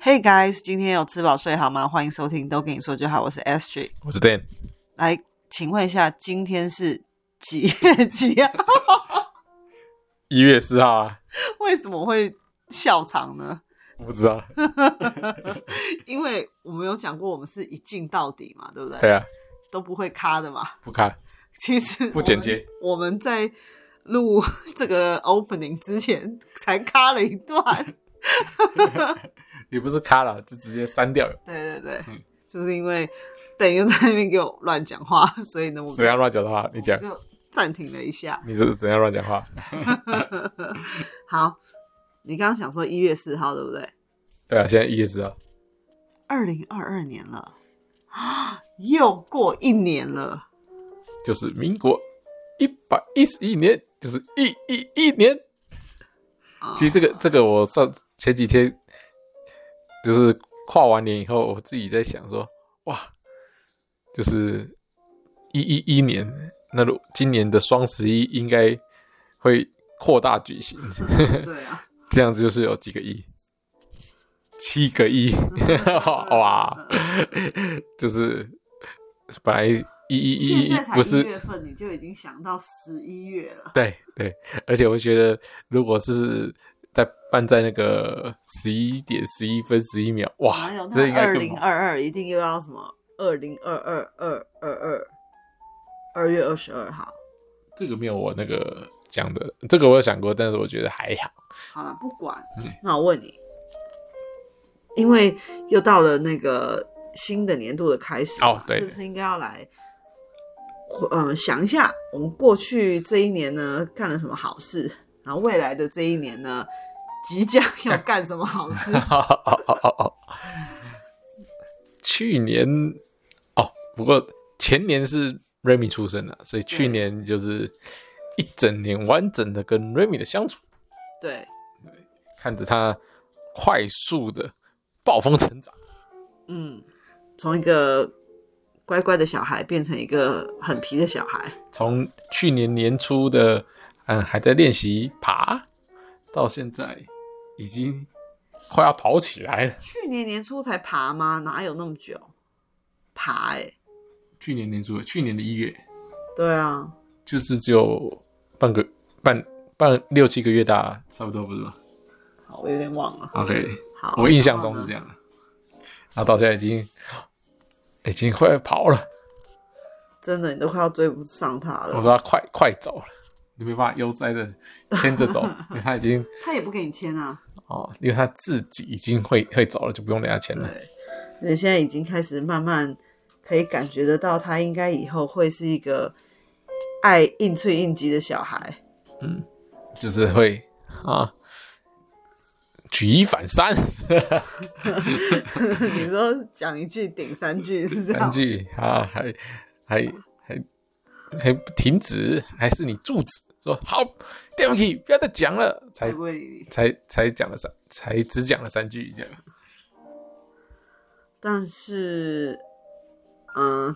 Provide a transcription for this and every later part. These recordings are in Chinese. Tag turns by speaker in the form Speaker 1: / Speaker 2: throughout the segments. Speaker 1: Hey guys，今天有吃饱睡好吗？欢迎收听，都跟你说就好。我是 S J，
Speaker 2: 我是 Dan，
Speaker 1: 来，请问一下，今天是几 月几号？
Speaker 2: 一月四号啊，
Speaker 1: 为什么会笑场呢？
Speaker 2: 我不知道，
Speaker 1: 因为我们有讲过，我们是一镜到底嘛，对不对？
Speaker 2: 对啊，
Speaker 1: 都不会卡的嘛。
Speaker 2: 不看，
Speaker 1: 其实
Speaker 2: 不
Speaker 1: 我
Speaker 2: 剪
Speaker 1: 们
Speaker 2: 接，
Speaker 1: 我们在录这个 opening 之前才卡了一段。
Speaker 2: 也不是卡了，就直接删掉，
Speaker 1: 对对对，
Speaker 2: 嗯
Speaker 1: 就是因为等又在那边给我乱讲话，所以呢，我
Speaker 2: 怎
Speaker 1: 们
Speaker 2: 样乱讲的话，你讲，
Speaker 1: 就暂停了一下。
Speaker 2: 你是怎样乱讲话？
Speaker 1: 好，你刚刚想说一月四号对不对？
Speaker 2: 对啊，现在一月四号，
Speaker 1: 二零二二年了啊，又过一年了。
Speaker 2: 就是民国一百一十一年，就是一一一年。
Speaker 1: 啊
Speaker 2: 其实这个这个，我上前几天就是跨完年以后，我自己在想说，哇，就是一一一年，那如今年的双十一应该会扩大举行。
Speaker 1: 对啊，
Speaker 2: 这样子就是有几个亿，七个亿，
Speaker 1: 嗯
Speaker 2: 哇！就是本来一一一
Speaker 1: 现
Speaker 2: 一
Speaker 1: 在才
Speaker 2: 不
Speaker 1: 一
Speaker 2: 是
Speaker 1: 月份，你就已经想到十一月了。
Speaker 2: 对对，而且我觉得如果是在办在那个十一点十一分十一秒，哇
Speaker 1: 哪有，
Speaker 2: 这
Speaker 1: 那
Speaker 2: 应该
Speaker 1: 二
Speaker 2: 更
Speaker 1: 零
Speaker 2: 猛
Speaker 1: 二二一定又要什么二零二二二二二二月二十二号？
Speaker 2: 这个没有我那个讲的，这个我有想过，但是我觉得还好。
Speaker 1: 好了，不管。
Speaker 2: 嗯
Speaker 1: 那我问你，因为又到了那个新的年度的开始嘛，
Speaker 2: 哦对
Speaker 1: 是不是应该要来，呃，想一下我们过去这一年呢干了什么好事，然后未来的这一年呢，即 将要干什么好事？
Speaker 2: 去年哦，不过前年是 Remy 出生了，所以去年就是一整年完整的跟 Remy 的相处，
Speaker 1: 对，
Speaker 2: 看着他快速的暴风成长。
Speaker 1: 嗯，从一个乖乖的小孩变成一个很皮的小孩，
Speaker 2: 从去年年初的嗯还在练习爬，到现在已经快要跑起来了。
Speaker 1: 去年年初才爬吗？哪有那么久？爬哎、
Speaker 2: 去年年初，去年的一月，
Speaker 1: 对啊，
Speaker 2: 就是只有半个半半六七个月大，差不多不是吗
Speaker 1: 好，我有点忘了。
Speaker 2: ？OK，
Speaker 1: 好，
Speaker 2: 我印象中
Speaker 1: 然后
Speaker 2: 是
Speaker 1: 呢
Speaker 2: 这样的。然后到现在已经已经快跑了，
Speaker 1: 真的，你都快要追不上他
Speaker 2: 我
Speaker 1: 了。
Speaker 2: 说他快快走了，你没办法悠哉的牵着走， 因为他已经
Speaker 1: 他也不给你签啊。
Speaker 2: 哦，因为他自己已经会会走了，就不用人家牵了。
Speaker 1: 对，你现在已经开始慢慢可以感觉得到，他应该以后会是一个爱应脆应急的小孩。
Speaker 2: 就是会啊，举一反三，
Speaker 1: 你说讲一句顶三句是这
Speaker 2: 三
Speaker 1: 样？
Speaker 2: 句啊，还还还还不停止，还是你住址说好 d a m k 不要再讲了，
Speaker 1: 才
Speaker 2: 才
Speaker 1: 不会理你。
Speaker 2: 才才讲了三，才只讲了三句这样。
Speaker 1: 但是，嗯、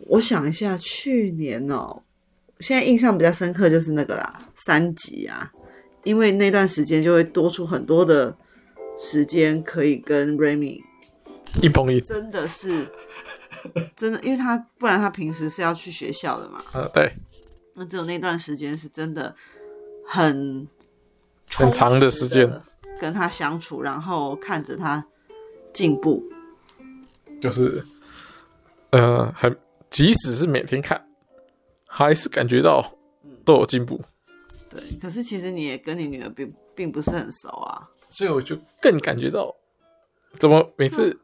Speaker 1: 我想一下，去年哦，现在印象比较深刻就是那个啦，三级啊，因为那段时间就会多出很多的时间可以跟 Remy
Speaker 2: 一碰一
Speaker 1: 真的是，真的，因为他不然他平时是要去学校的嘛，
Speaker 2: 啊，对，
Speaker 1: 那只有那段时间是真的很
Speaker 2: 很长的时间
Speaker 1: 跟他相处，然后看着他进步，
Speaker 2: 就是呃，还即使是每天看，还是感觉到都有进步，
Speaker 1: 对。可是其实你也跟你女儿并并不是很熟啊，
Speaker 2: 所以我就嗯更感觉到，怎么每次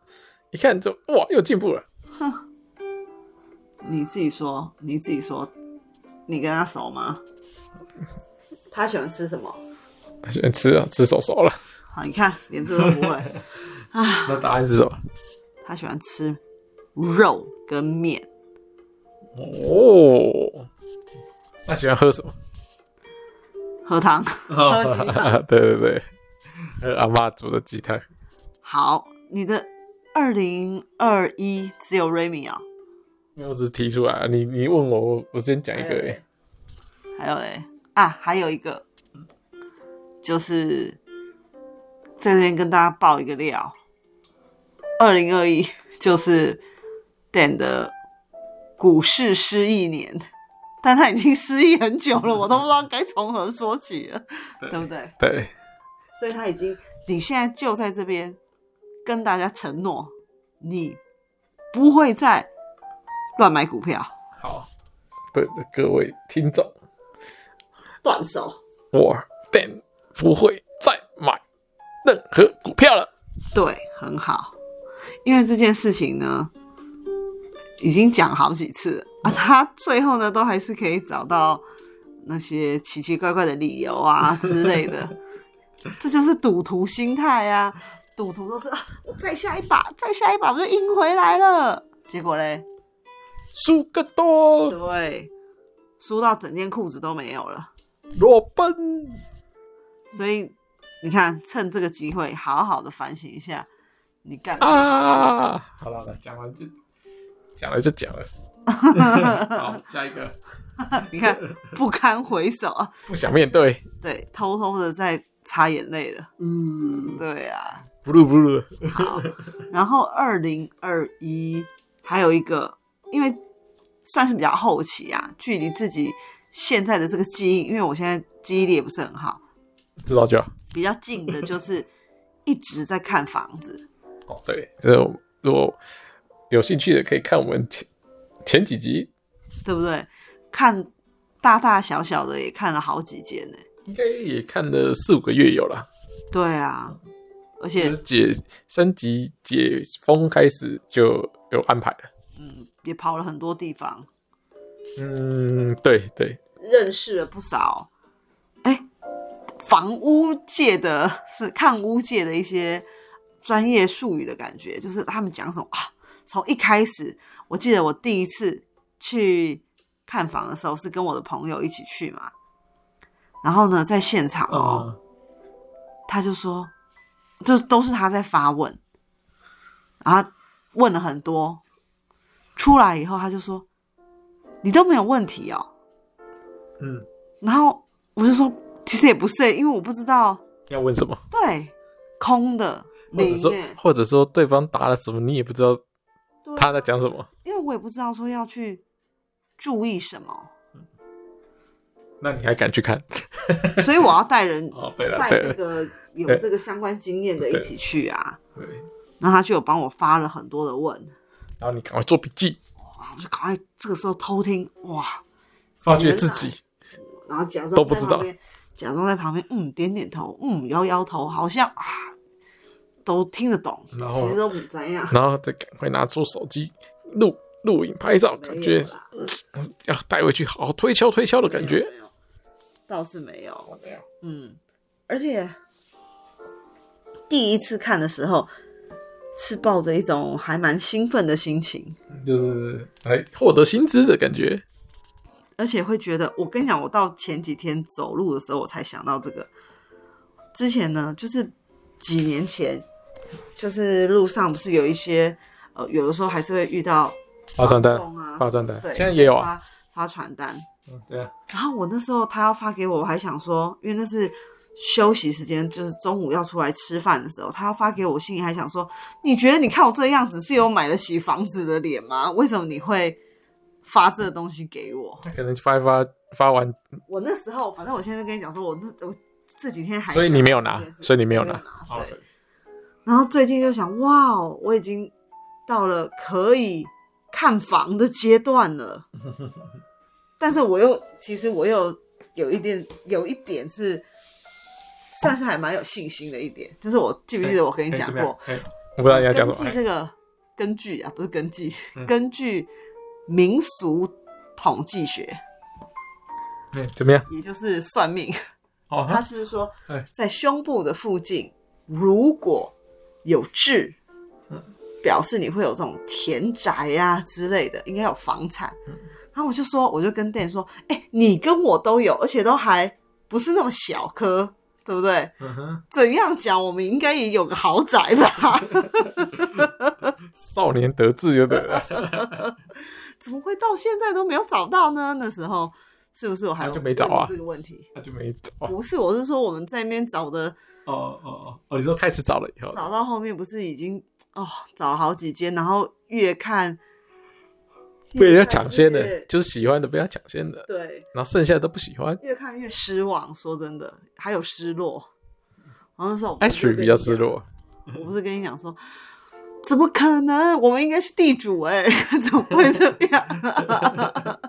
Speaker 2: 一看就哇又进步了。
Speaker 1: 你自己说，你自己说，你跟他熟吗？他喜欢吃什么？
Speaker 2: 喜欢 吃啊，吃手手了。
Speaker 1: 好，你看连这都不会。
Speaker 2: 那答案是什么？
Speaker 1: 他喜欢吃肉跟面，
Speaker 2: 哦，那喜欢喝 什么？
Speaker 1: 喝汤，喝鸡汤。
Speaker 2: 对对对，喝阿妈煮的鸡汤。
Speaker 1: 好，你的二零二一只有 Remy 啊、
Speaker 2: 因为我只是提出来，啊你你问我，我我先讲一个而已。
Speaker 1: 嗯还有嘞啊，还有一个就是在那边跟大家爆一个料，二零二一就是 Dan 的股市失忆年，但他已经失忆很久了，我都不知道该从何说起了，对不对？
Speaker 2: 对，
Speaker 1: 所以他已经，你现在就在这边跟大家承诺，你不会再乱买股票、
Speaker 2: 好，对对各位听众，
Speaker 1: 断手。
Speaker 2: 我 Dan 不会再买任何股票了。
Speaker 1: 对，很好，因为这件事情呢，已经讲好几次了啊，他最后呢都还是可以找到那些奇奇怪怪的理由啊 之类的，这就是赌徒心态啊，赌徒都是啊，我再下一把，再下一把我就赢回来了，结果嘞，
Speaker 2: 输个 多，
Speaker 1: 对，输到整件裤子都没有了，
Speaker 2: 裸奔。
Speaker 1: 所以你看，趁这个机会好好的反省一下，你干了什么
Speaker 2: 啊！好了，好了，讲完就讲了就讲 了。好，下一个
Speaker 1: 你看不堪回首啊，
Speaker 2: 不想面对，
Speaker 1: 对，偷偷的在擦眼泪了。
Speaker 2: 嗯，
Speaker 1: 对啊，
Speaker 2: 不录不录，
Speaker 1: 好。然后二零二一还有一个，因为算是比较后期啊，距离自己现在的这个记忆，因为我现在记忆力也不是很好，
Speaker 2: 知道就好。
Speaker 1: 比较近的就是一直在看房子。
Speaker 2: 哦，对，这如果有兴趣的可以看我们前前几集，
Speaker 1: 对不对？看大大小小的也看了好几间呢、
Speaker 2: 应该也看了四五个月有了。
Speaker 1: 对啊，而
Speaker 2: 就
Speaker 1: 且
Speaker 2: 是解升级解封开始就有安排了。
Speaker 1: 嗯，也跑了很多地方。
Speaker 2: 嗯，对对，
Speaker 1: 认识了不少，哎，房屋界的是看屋界的一些专业术语的感觉，就是他们讲什么啊？从一开始，我记得我第一次去看房的时候是跟我的朋友一起去嘛，然后呢，在现场哦，
Speaker 2: 哦，
Speaker 1: 他就说，就是都是他在发问，然后问了很多，出来以后他就说，你都没有问题哦。
Speaker 2: 嗯，
Speaker 1: 然后我就说，其实也不是欸，因为我不知道，
Speaker 2: 要问什么？
Speaker 1: 对，空的
Speaker 2: 或者
Speaker 1: 零
Speaker 2: 说
Speaker 1: 欸，
Speaker 2: 或者说对方答了什么，你也不知道
Speaker 1: 对
Speaker 2: 他在讲什么，
Speaker 1: 因为我也不知道说要去注意什么，
Speaker 2: 那你还敢去看？
Speaker 1: 所以我要带 人
Speaker 2: 哦，对了，
Speaker 1: 带
Speaker 2: 对
Speaker 1: 那
Speaker 2: 了，
Speaker 1: 个有
Speaker 2: 对
Speaker 1: 这个相关经验的一
Speaker 2: 对
Speaker 1: 起去啊，
Speaker 2: 对，
Speaker 1: 然后他就有帮我发了很多的问，
Speaker 2: 然后你赶快做笔记，
Speaker 1: 哇，我就赶快这个时候偷听，哇，
Speaker 2: 发掘自己。
Speaker 1: 然后假装
Speaker 2: 都不
Speaker 1: 在
Speaker 2: 知
Speaker 1: 旁
Speaker 2: 道
Speaker 1: 边，假装在旁边，嗯，点点头，嗯，摇摇头，好像啊，都听得懂，
Speaker 2: 然后
Speaker 1: 其实都不怎样，
Speaker 2: 然后再赶快拿出手机录录影拍照，感
Speaker 1: 没
Speaker 2: 觉
Speaker 1: 有啊啦
Speaker 2: 要带回去好好推敲推敲的感觉。
Speaker 1: 没有，倒是没有，嗯，而且第一次看的时候是抱着一种还蛮兴奋的心情，
Speaker 2: 就是哎，获得新知的感觉。
Speaker 1: 而且会觉得，我跟你讲，我到前几天走路的时候，我才想到这个。之前呢，就是几年前，就是路上不是有一些呃，有的时候还是会遇到
Speaker 2: 发传单
Speaker 1: 房东啊，
Speaker 2: 发传单
Speaker 1: 对，
Speaker 2: 现在也有啊。
Speaker 1: 发发传单，
Speaker 2: 嗯对啊，
Speaker 1: 然后我那时候他要发给我，我还想说，因为那是休息时间，就是中午要出来吃饭的时候，他要发给我，我心里还想说，你觉得你看我这样子是有买得起房子的脸吗？为什么你会发这个东西给我？
Speaker 2: 可能发一发发完，
Speaker 1: 我那时候，反正我现在跟你讲说，我那我这几天还
Speaker 2: 所以你没有拿
Speaker 1: 想这件事
Speaker 2: 所以你没有
Speaker 1: 没有
Speaker 2: 拿
Speaker 1: 拿对。然后最近就想，哇哦，我已经到了可以看房的阶段 了，但是我又其实我又有一点有一点是算是还蛮有信心的一点，就是我记不记得我跟你
Speaker 2: 哎
Speaker 1: 讲
Speaker 2: 怎么样
Speaker 1: 过，
Speaker 2: 哎我不知道你要讲
Speaker 1: 根
Speaker 2: 什么
Speaker 1: 据。这个根据啊，不是根据，
Speaker 2: 嗯
Speaker 1: 根据民俗统计学，
Speaker 2: 哎哎怎么样？
Speaker 1: 也就是算命。
Speaker 2: 哦，
Speaker 1: 他是说
Speaker 2: 哎，
Speaker 1: 在胸部的附近如果有痣，
Speaker 2: 嗯
Speaker 1: 表示你会有这种田宅啊之类的，应该有房产。
Speaker 2: 嗯
Speaker 1: 然后我就说，我就跟店员说，哎、你跟我都有，而且都还不是那么小颗，对不对？
Speaker 2: 嗯哼，
Speaker 1: 怎样讲，我们应该也有个豪宅吧？
Speaker 2: 少年得志就对了，
Speaker 1: 怎么会到现在都没有找到呢？那时候是不是我还
Speaker 2: 那就没找啊
Speaker 1: 问这个问题？
Speaker 2: 那就没找。啊
Speaker 1: 不是，我是说我们在那边找的
Speaker 2: 哦哦哦，你说开始找了以后，
Speaker 1: 找到后面不是已经哦找了好几间，然后越看
Speaker 2: 被人家抢先的，
Speaker 1: 越
Speaker 2: 就是喜欢的被他抢先的，
Speaker 1: 对，
Speaker 2: 然后剩下的都不喜欢。
Speaker 1: 越看越失望。说真的，还有失落。然后那时候我不是
Speaker 2: Ashley
Speaker 1: 跟
Speaker 2: 哎比较
Speaker 1: 你
Speaker 2: 失
Speaker 1: 讲，
Speaker 2: 落，
Speaker 1: 我不是跟你讲说，怎么可能？我们应该是地主哎、 怎么会这样 啊？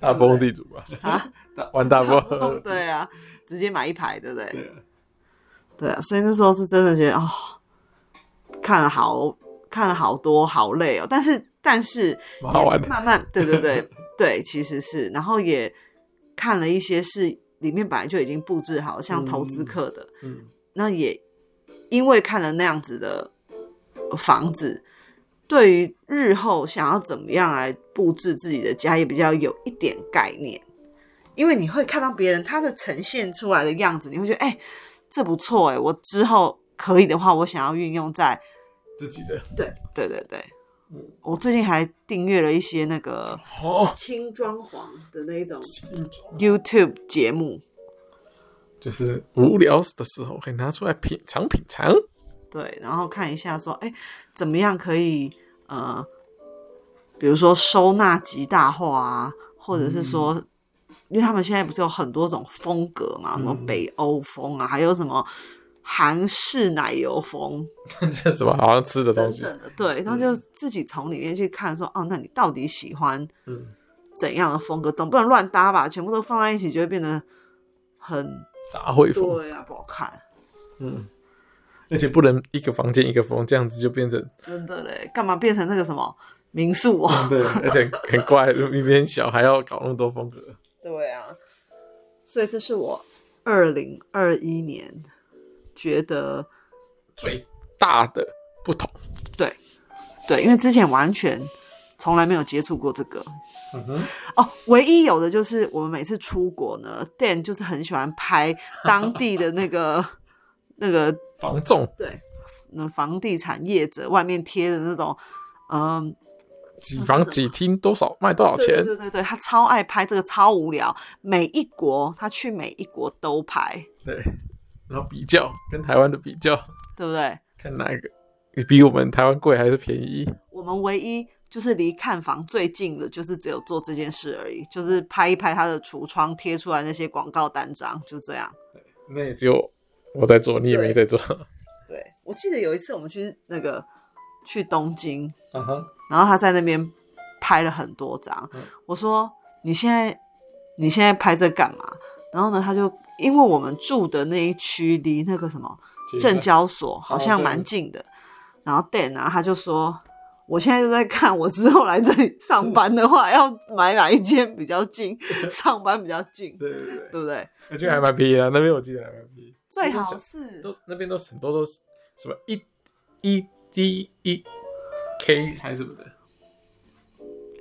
Speaker 2: 大风地主吧，
Speaker 1: 啊
Speaker 2: 大玩大风，
Speaker 1: 对啊，直接买一排，对不对？
Speaker 2: 对啊
Speaker 1: 对啊，所以那时候是真的觉得哦，看了好看了好多，好累哦。但是但是
Speaker 2: 蛮好玩的。
Speaker 1: 慢慢，对对 对对，其实是，然后也看了一些是里面本来就已经布置好，像投资客的，
Speaker 2: 嗯，
Speaker 1: 那也因为看了那样子的房子，对于日后想要怎么样来布置自己的家，也比较有一点概念。因为你会看到别人他的呈现出来的样子，你会觉得哎、这不错哎、我之后可以的话，我想要运用在
Speaker 2: 自己的
Speaker 1: 对对对对。我最近还订阅了一些那个
Speaker 2: 哦，
Speaker 1: 轻装潢的那一种 YouTube 节目，
Speaker 2: 就是无聊的时候可以拿出来品尝品 尝。
Speaker 1: 对，然后看一下说，哎，怎么样可以呃，比如说收纳极大化啊，或者是说，因为他们现在不是有很多种风格嘛，什么北欧风啊，还有什么韩式奶油风
Speaker 2: 这怎么好像吃的
Speaker 1: 等
Speaker 2: 东西？
Speaker 1: 等的，对，然后就自己从里面去看说，哦，那你到底喜欢
Speaker 2: 嗯，
Speaker 1: 怎样的风格？总不能乱搭吧，全部都放在一起就会变得很
Speaker 2: 杂烩风，
Speaker 1: 对啊，不好看。
Speaker 2: 嗯而且不能一个房间一个风，这样子就变成
Speaker 1: 真的嘞，干嘛变成那个什么民宿哦？
Speaker 2: 对， 而且很怪，一边小还要搞那么多风格。
Speaker 1: 对啊，所以这是我二零二一年觉得
Speaker 2: 最大的不同，
Speaker 1: 对对，因为之前完全从来没有接触过这个
Speaker 2: 嗯哼，
Speaker 1: 哦，唯一有的就是我们每次出国呢，Dan 就是很喜欢拍当地的那个 那个
Speaker 2: 防重
Speaker 1: 对，那房地产业者外面贴的那种，嗯，
Speaker 2: 几房几厅多少卖多少钱
Speaker 1: 对，对对对，他超爱拍这个，超无聊。每一国他去每一国都拍，
Speaker 2: 对，然后比较跟台湾的比较，
Speaker 1: 对不对？
Speaker 2: 看哪一个你比我们台湾贵还是便宜？
Speaker 1: 我们唯一就是离看房最近的，就是只有做这件事而已，就是拍一拍他的橱窗贴出来那些广告单张，就这样。
Speaker 2: 那也只有我在做，你也没在做。
Speaker 1: 对，我记得有一次我们去那个去东京，
Speaker 2: 嗯哼，
Speaker 1: 然后他在那边拍了很多张
Speaker 2: 嗯。
Speaker 1: 我说你现在你现在拍这干嘛？然后呢，他就因为我们住的那一区离那个什么证交所好像
Speaker 2: 哦对
Speaker 1: 蛮近的，然后 Dan 啊他就说。我现在就在看，我之后来这 里上班的话，要买哪一间比较近，上班比较近，
Speaker 2: 对对对，
Speaker 1: 对不对？
Speaker 2: 我觉得还蛮便宜的，那边我记得还蛮便宜，
Speaker 1: 最
Speaker 2: 我
Speaker 1: 好
Speaker 2: 想
Speaker 1: 是
Speaker 2: 都哎那边都很多都是什么一一 D 一 K 还是什么的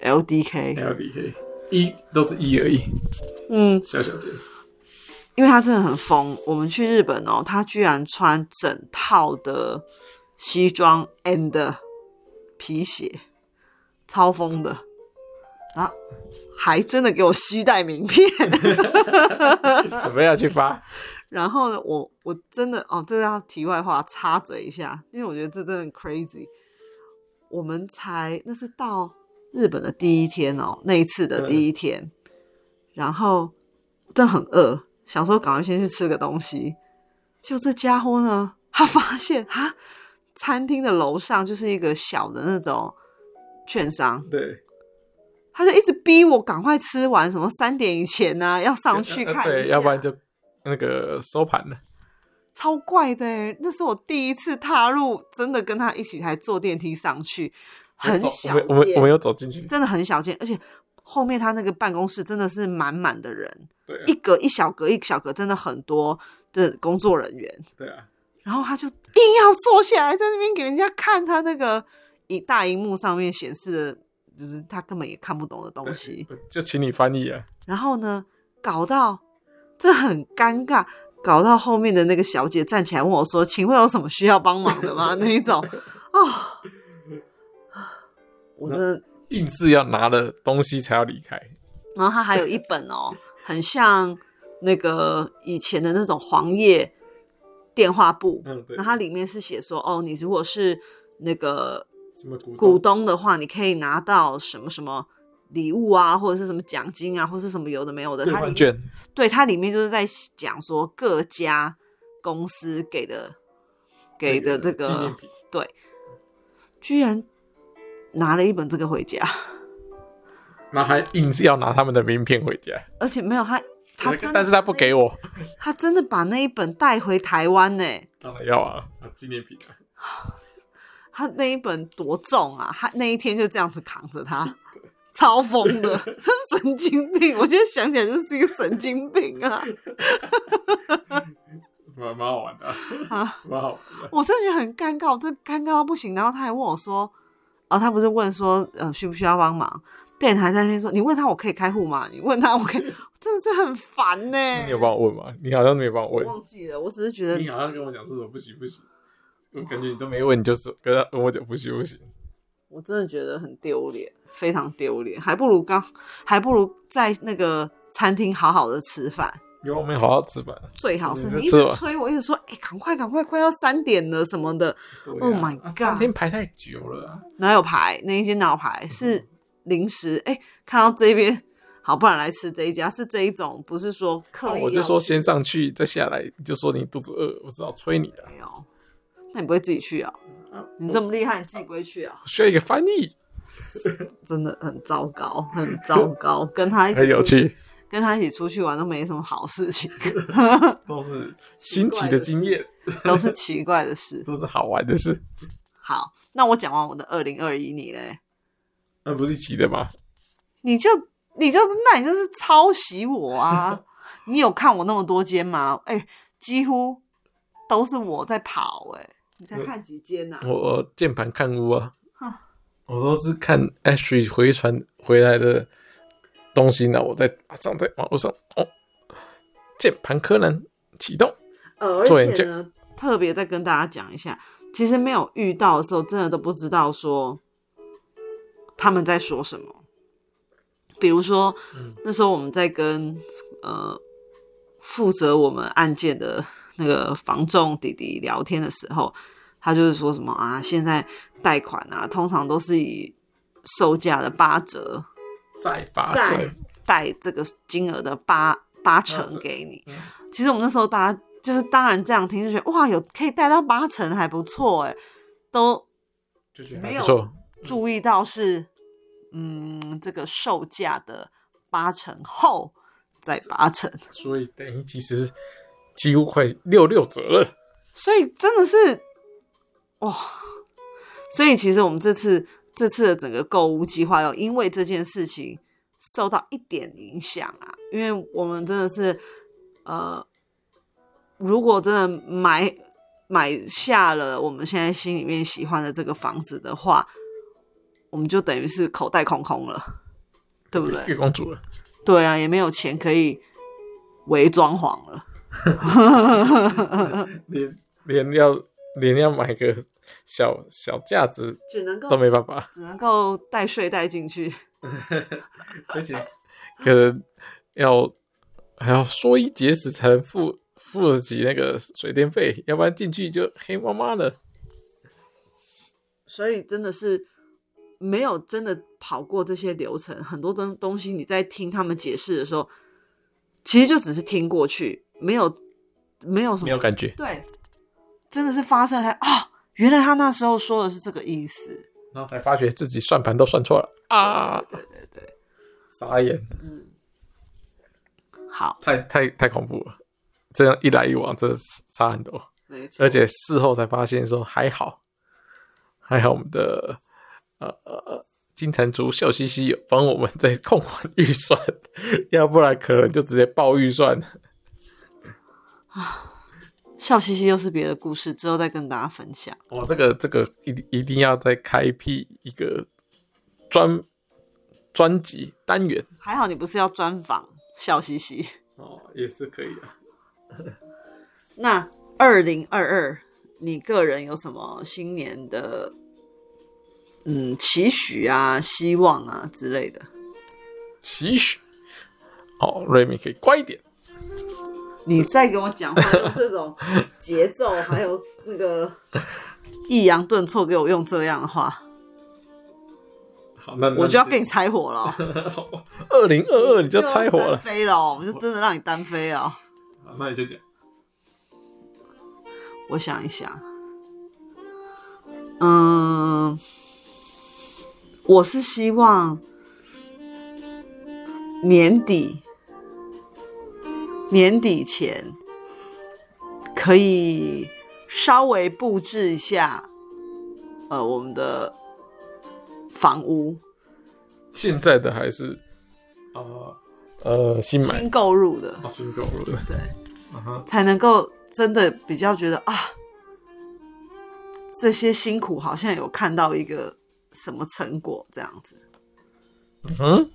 Speaker 1: LDK，
Speaker 2: LDK，一都是一而已，
Speaker 1: 嗯，
Speaker 2: 小小间。
Speaker 1: 因为他真的很疯。我们去日本哦，他居然穿整套的西装 and 皮鞋，超疯的。然后还真的给我吸带名片。啊
Speaker 2: 准备要去发，
Speaker 1: 然后呢，我我真的哦，这个要题外话插嘴一下，因为我觉得这真的很 crazy。我们才那是到日本的第一天哦，那一次的第一天，然后真的很饿，想说赶快先去吃个东西。就这家伙呢，他发现啊，餐厅的楼上就是一个小的那种券商，
Speaker 2: 对，
Speaker 1: 他就一直逼我赶快吃完，什么三点以前呢、要上去
Speaker 2: 呃
Speaker 1: 看一
Speaker 2: 对，
Speaker 1: 下
Speaker 2: 要不然就那个收盘了。
Speaker 1: 超怪的欸那是我第一次踏入，真的跟他一起还坐电梯上去，很
Speaker 2: 走
Speaker 1: 小
Speaker 2: 我们我们我们
Speaker 1: 间，
Speaker 2: 有走进去，
Speaker 1: 真的很小间，而且后面他那个办公室真的是满满的人，
Speaker 2: 对啊
Speaker 1: 一，格一小格一小格，真的很多的工作人员，
Speaker 2: 对啊，
Speaker 1: 然后他就硬要坐下来，在那边给人家看他那个一大荧幕上面显示的，就是他根本也看不懂的东西。
Speaker 2: 我就请你翻译啊。
Speaker 1: 然后呢，搞到这很尴尬，搞到后面的那个小姐站起来问我说：“请问有什么需要帮忙的吗？” 那一种啊、我真的。
Speaker 2: 硬是要拿了东西才要离开，
Speaker 1: 然后他还有一本哦，很像那个以前的那种黄页电话簿，
Speaker 2: 嗯，对
Speaker 1: 然，后它里面是写说，哦，你如果是那个
Speaker 2: 什么股
Speaker 1: 股
Speaker 2: 东
Speaker 1: 东的话，你可以拿到什么什么礼物啊，或者是什么奖金啊，或是什么有的没有的。
Speaker 2: 兑
Speaker 1: 它里
Speaker 2: 换
Speaker 1: 面
Speaker 2: 券，
Speaker 1: 对它里面就是在讲说各家公司给的给的这
Speaker 2: 纪念
Speaker 1: 个，
Speaker 2: 品，
Speaker 1: 居然拿了一本这个回家，
Speaker 2: 那还硬是要拿他们的名片回家，
Speaker 1: 而且没有他他真的
Speaker 2: 但是他
Speaker 1: 把
Speaker 2: 不
Speaker 1: 那
Speaker 2: 给我，
Speaker 1: 他真的把那一本带回台湾呢、
Speaker 2: 当然要啊，啊纪念品啊，
Speaker 1: 他那一本多重啊？他那一天就这样子扛着 他，超疯的， 这是神经病！我现在想起来就是一个神经病啊！
Speaker 2: 蛮蛮好玩的啊，
Speaker 1: 啊
Speaker 2: 蛮好玩的，
Speaker 1: 我真的觉得很尴尬，我真的尴尬到不行。然后他还问我说：“哦，他不是问说呃需不需要帮忙？”店员还在那边说：“你问他我可以开户吗？你问他我可以。” 真的是很烦呢、
Speaker 2: 那你有帮我问吗？你好像没有帮我
Speaker 1: 我
Speaker 2: 问，
Speaker 1: 忘记了，我只是觉得
Speaker 2: 你好像跟我讲说什么不行不行，我感觉你都没问，你就是跟他跟我讲不行不行。
Speaker 1: 我真的觉得很丢脸，非常丢脸，还不如刚，还不如在那个餐厅好好的吃饭，
Speaker 2: 有我们好好吃饭啊。
Speaker 1: 最好是
Speaker 2: 嗯
Speaker 1: 你一
Speaker 2: 是
Speaker 1: 直
Speaker 2: 吧
Speaker 1: 催我，一直说，哎、赶快，赶快，快要三点了什么的，
Speaker 2: 对啊
Speaker 1: Oh my
Speaker 2: 啊
Speaker 1: God
Speaker 2: 餐厅排太久了啊、
Speaker 1: 哪有牌？那一间哪有
Speaker 2: 嗯
Speaker 1: 牌？是临时，哎、看到这边， 好，不然来吃这一家，是这一种，不是说刻
Speaker 2: 啊
Speaker 1: 意要、
Speaker 2: 我就说先上去再下来，你就说你肚子饿，我只好催你啊了、
Speaker 1: 没有，那你不会自己去啊？
Speaker 2: 啊。
Speaker 1: 你这么厉害，你自己不会去啊？
Speaker 2: 我需要一个翻译，
Speaker 1: 真的很糟糕，很糟 糕，跟他一起
Speaker 2: 嗯很有
Speaker 1: 出去，
Speaker 2: 趣，
Speaker 1: 跟他一起出去玩都没什么好事情，
Speaker 2: 都是新奇的经验，
Speaker 1: 都是奇怪的事。
Speaker 2: 都是好玩的事。
Speaker 1: 好，那我讲完我的二零二一，你嘞？
Speaker 2: 那呃不是一起的吗？
Speaker 1: 你就你就是那你就是抄袭我啊！你有看我那么多间吗？哎、几乎都是我在跑哎、你才看几间啊呐、
Speaker 2: 我我键盘看屋啊
Speaker 1: 哼，
Speaker 2: 我都是看 Ashley 回传回来的东西呢，我在马上在网络上哦，键盘柯南启动，
Speaker 1: 呃，
Speaker 2: 做
Speaker 1: 而
Speaker 2: 眼
Speaker 1: 且
Speaker 2: 镜
Speaker 1: 呢，特别再跟大家讲一下，其实没有遇到的时候，真的都不知道说他们在说什么。比如说，那时候我们在跟呃负责我们案件的那个房仲弟弟聊天的时候，他就是说什么啊，现在贷款啊，通常都是以售价的八折
Speaker 2: 再发
Speaker 1: 再
Speaker 2: 再
Speaker 1: 贷这个金额的八八成给你。其实我们那时候大家就是当然这样听就觉得哇，有可以贷到八成还不错哎，都
Speaker 2: 就觉得
Speaker 1: 没
Speaker 2: 还
Speaker 1: 有
Speaker 2: 不错，
Speaker 1: 注意到是嗯这个售价的八成后再八成，
Speaker 2: 所以等于其实几乎快六六折了。
Speaker 1: 所以真的是哇，所以其实我们这次这次的整个购物计划有因为这件事情受到一点影响啊，因为我们真的是呃，如果真的买买下了我们现在心里面喜欢的这个房子的话，我们就等于是口袋空空了，对不对？
Speaker 2: 月光族了，
Speaker 1: 对啊，也没有钱可以伪装潢了。
Speaker 2: 连连要连要买个小小架子
Speaker 1: 只能够
Speaker 2: 都没办法，
Speaker 1: 只能够带睡袋进去。
Speaker 2: 而且可能要还要缩衣节食才能付付得起那个水电费， 要不然进去就黑麻麻的。
Speaker 1: 所以真的是没有真的跑过这些流程，很多东东西你在听他们解释的时候，其实就只是听过去，没有没有什么
Speaker 2: 没有感觉，
Speaker 1: 对，真的是发生才啊、原来他那时候说的是这个意思，
Speaker 2: 然后才发觉自己算盘都算错了啊！
Speaker 1: 对对对，
Speaker 2: 傻眼，
Speaker 1: 嗯，好，
Speaker 2: 太太太恐怖了，这样一来一往，真的是差很多。
Speaker 1: 没错，
Speaker 2: 而且事后才发现说还好，还好我们的呃呃呃金蟾族笑嘻嘻有帮我们在控管预算，要不然可能就直接爆预算。
Speaker 1: 笑嘻嘻又是别的故事，之后再跟大家分享。
Speaker 2: 哦，这个这个一定一定要再开辟一个专专辑单元
Speaker 1: 还好你不是要专访笑嘻嘻。
Speaker 2: 哦，也是可以的。
Speaker 1: 那二零二二，你个人有什么新年的嗯期许啊、希望啊之类的？
Speaker 2: 期许哦，瑞米可以乖一点，
Speaker 1: 你再跟我讲话用这种节奏，还有那个 抑扬顿挫，给我用这样的话，
Speaker 2: 好，那
Speaker 1: 我就要跟你拆伙了哦。
Speaker 2: 二零二二 你 就拆伙
Speaker 1: 就要单
Speaker 2: 了，
Speaker 1: 飞了哦，我就真的让你单飞了哦。
Speaker 2: 好那你就讲，
Speaker 1: 我想一想，嗯，我是希望年底年底前可以稍微布置一下，呃，我们的房屋
Speaker 2: 现在的还是呃呃新买
Speaker 1: 新购入的，
Speaker 2: 啊新购入的，
Speaker 1: 对，
Speaker 2: 啊哈，
Speaker 1: 才能够真的比较觉得啊，这些辛苦好像有看到一个什么成果这样子。
Speaker 2: 嗯，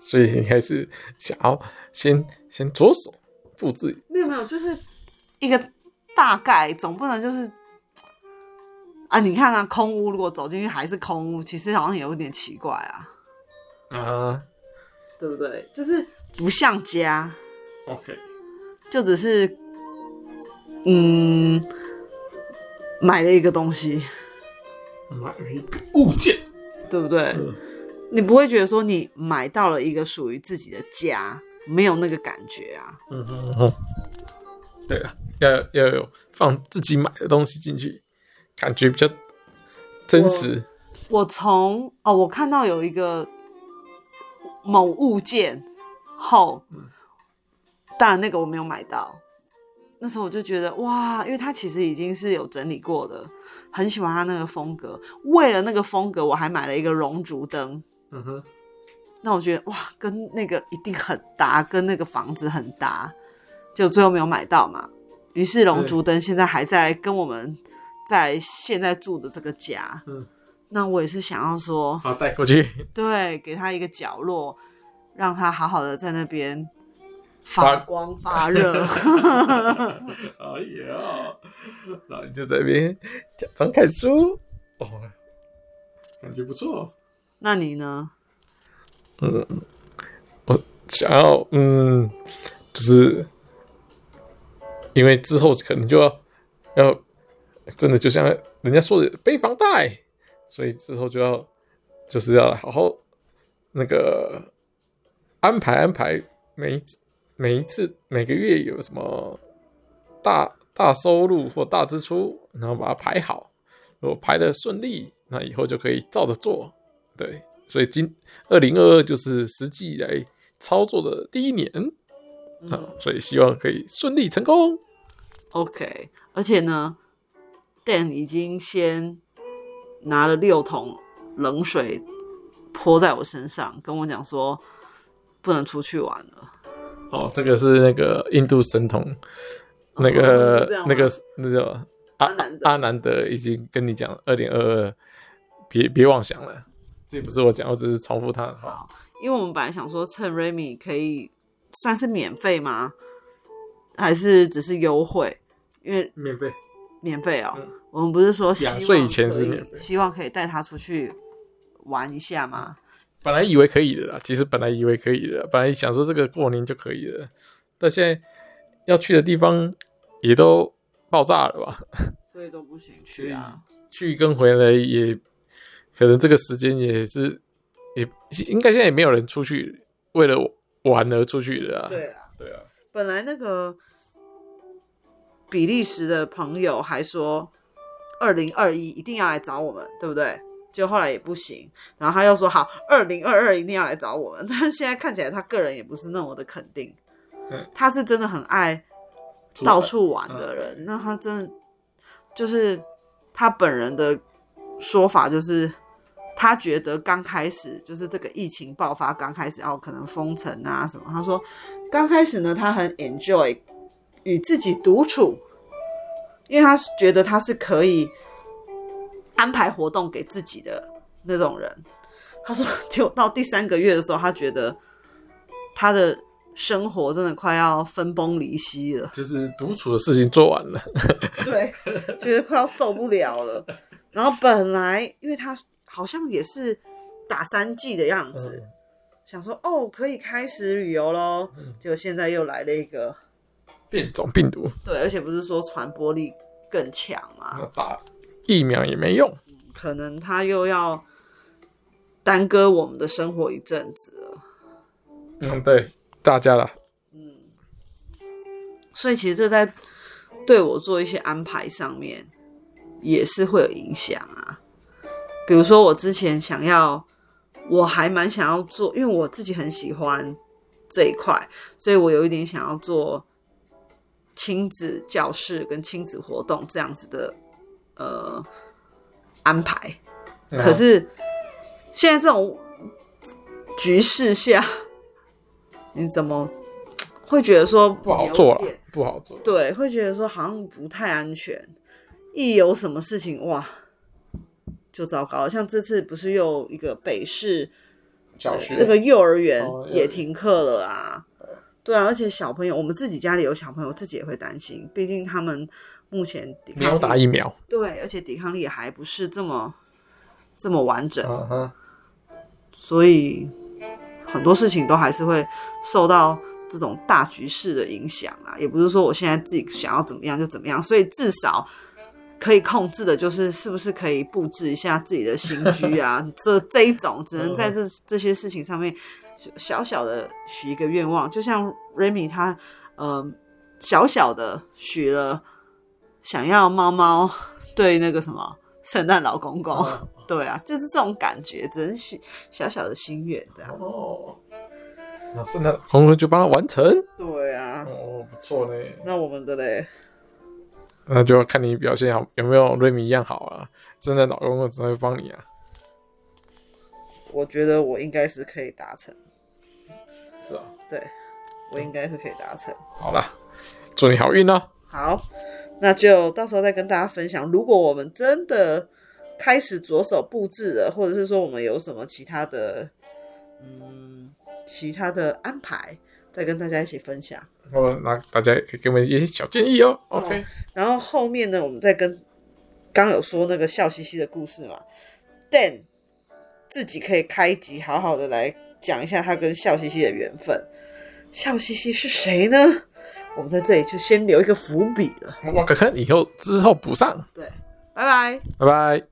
Speaker 2: 所以你还是想要先先着手布置，
Speaker 1: 没有没有，就是一个大概，总不能就是啊，你看啊，空屋如果走进去还是空屋，其实好像有点奇怪啊，
Speaker 2: 啊
Speaker 1: 对不对？就是不像家，
Speaker 2: ，OK，
Speaker 1: 就只是嗯买了一个东西。
Speaker 2: 买了一个物件，
Speaker 1: 对不对
Speaker 2: 嗯？
Speaker 1: 你不会觉得说你买到了一个属于自己的家，没有那个感觉啊？
Speaker 2: 嗯哼哼，对啊，要要有放自己买的东西进去，感觉比较真实。
Speaker 1: 我从哦，我看到有一个某物件后，当然那个我没有买到。那时候我就觉得哇，因为它其实已经是有整理过的，很喜欢它那个风格。为了那个风格，我还买了一个熔烛灯。
Speaker 2: 嗯哼，
Speaker 1: 那我觉得哇，跟那个一定很搭，跟那个房子很搭，就最后没有买到嘛。于是龙竹灯现在还在跟我们在现在住的这个家，
Speaker 2: 嗯，
Speaker 1: 那我也是想要说，
Speaker 2: 好带过去
Speaker 1: 对，给他一个角落，让他好好的在那边发
Speaker 2: 发
Speaker 1: 光发热。
Speaker 2: 哎呀，然后你就在那边假装看书，哦，感觉不错。哦
Speaker 1: 那你呢？
Speaker 2: 我想要，嗯，就是因为之后可能就要要呃真的就像人家说的背房贷，所以之后就要就是要好好那个呃安排安排每一次每一次每个月有什么大大收入或大支出，然后把它排好。如果排的顺利，那以后就可以照着做。对，所以今二零二二就是实际来操作的第一年啊、
Speaker 1: 嗯
Speaker 2: 所以希望可以顺利成功。
Speaker 1: ，OK。而且呢，Dan 已经先拿了六桶冷水泼在我身上，跟我讲说不能出去玩了。
Speaker 2: 哦，这个是那个印度神童，那
Speaker 1: 哦
Speaker 2: 个
Speaker 1: 是这样吗
Speaker 2: 那个那叫阿
Speaker 1: 阿南德
Speaker 2: 阿南德已经跟你讲二零二二，别别妄想了，这也不是我讲，我只是重复他的话。
Speaker 1: 因为我们本来想说趁 Remy 可以算是免费吗？还是只是优惠？因为
Speaker 2: 免费，
Speaker 1: 免费哦、
Speaker 2: 嗯
Speaker 1: 我们不是说希望
Speaker 2: 两岁以前是
Speaker 1: 可以
Speaker 2: 免费
Speaker 1: 希望可以带他出去玩一下吗？
Speaker 2: 本来以为可以的啦，其实本来以为可以的啦，本来想说这个过年就可以了，但现在要去的地方也都爆炸了吧？
Speaker 1: 所以都不行去啊。
Speaker 2: 去跟回来也可能这个时间也是也应该现在也没有人出去为了玩而出去的啊。
Speaker 1: 对啊，
Speaker 2: 对啊，
Speaker 1: 本来那个比利时的朋友还说，二零二一一定要来找我们，对不对？就后来也不行，然后他又说好，二零二二一定要来找我们。但 是现在看起来他个人也不是那么的肯定，
Speaker 2: 嗯
Speaker 1: 他是真的很爱到处玩的人，那他真的就是他本人的说法，就是他觉得刚开始就是这个疫情爆发刚开始，哦，可能封城啊什么。他说刚开始呢，他很 enjoy 与自己独处，因为他觉得他是可以安排活动给自己的那种人。他说， 结果到第三个月的时候，他觉得他的生活真的快要分崩离析了。
Speaker 2: 就是独处的事情做完了，
Speaker 1: 对， 觉得快要受不了了。然后本来因为他好像也是打三季的样子，嗯想说哦可以开始旅游喽，结果现在又来了一个
Speaker 2: 变种病毒，
Speaker 1: 对，而且不是说传播力更强嘛，
Speaker 2: 那打疫苗也没用。
Speaker 1: 可能他又要耽搁我们的生活一阵子了。
Speaker 2: 嗯，对，大家啦，
Speaker 1: 所以其实这在对我做一些安排上面也是会有影响啊。比如说我之前想要，我还蛮想要做，因为我自己很喜欢这一块，所以我有一点想要做亲子教室跟亲子活动这样子的呃安排。
Speaker 2: 嗯
Speaker 1: 可是现在这种局势下，你怎么会觉得说
Speaker 2: 不好做
Speaker 1: 有
Speaker 2: 了
Speaker 1: 点，
Speaker 2: 不好做。
Speaker 1: 对，会觉得说好像不太安全，一有什么事情哇就糟糕了。像这次不是又一个北市
Speaker 2: 教学
Speaker 1: 那个幼儿园
Speaker 2: 哦幼儿园
Speaker 1: 也停课了啊，对啊，而且小朋友，我们自己家里有小朋友，自己也会担心，毕竟他们目前抵
Speaker 2: 没有
Speaker 1: 抗
Speaker 2: 打
Speaker 1: 力
Speaker 2: 疫苗，
Speaker 1: 对，而且抵抗力也还不是这么这么完整，
Speaker 2: 嗯哼，
Speaker 1: 所以很多事情都还是会受到这种大局势的影响啊。也不是说我现在自己想要怎么样就怎么样，所以至少可以控制的就是是不是可以布置一下自己的新居啊，这这一种只能在这这些事情上面小小的许一个愿望，就像 Remy 他呃小小的许了想要猫猫对那个什么圣诞老公公。
Speaker 2: 哦
Speaker 1: 对啊，就是这种感觉，只能许小小的心愿这样。
Speaker 2: 哦，那圣诞红人就帮他完成。
Speaker 1: 对啊，
Speaker 2: 哦，不错嘞，
Speaker 1: 那我们的嘞，
Speaker 2: 那就要看你表现好有没有瑞米一样好啊。圣诞老公公只会帮你啊，
Speaker 1: 我觉得我应该是可以达成，
Speaker 2: 是啊。
Speaker 1: 对我应该是可以达成。
Speaker 2: 好啦，祝你好运哦。
Speaker 1: 好，那就到时候再跟大家分享。如果我们真的开始着手布置了，或者是说我们有什么其他的，嗯，其他的安排，再跟大家一起分享。
Speaker 2: 我那大家也可以给我们一些小建议哦。OK，
Speaker 1: 然后后面呢，我们再跟刚有说那个笑嘻嘻的故事嘛，Dan 自己可以开一集好好的来讲一下他跟笑嘻嘻的缘分。笑嘻嘻是谁呢？我们在这里就先留一个伏笔了。
Speaker 2: 我看看以后之后补上，
Speaker 1: 对，拜拜。
Speaker 2: 拜拜。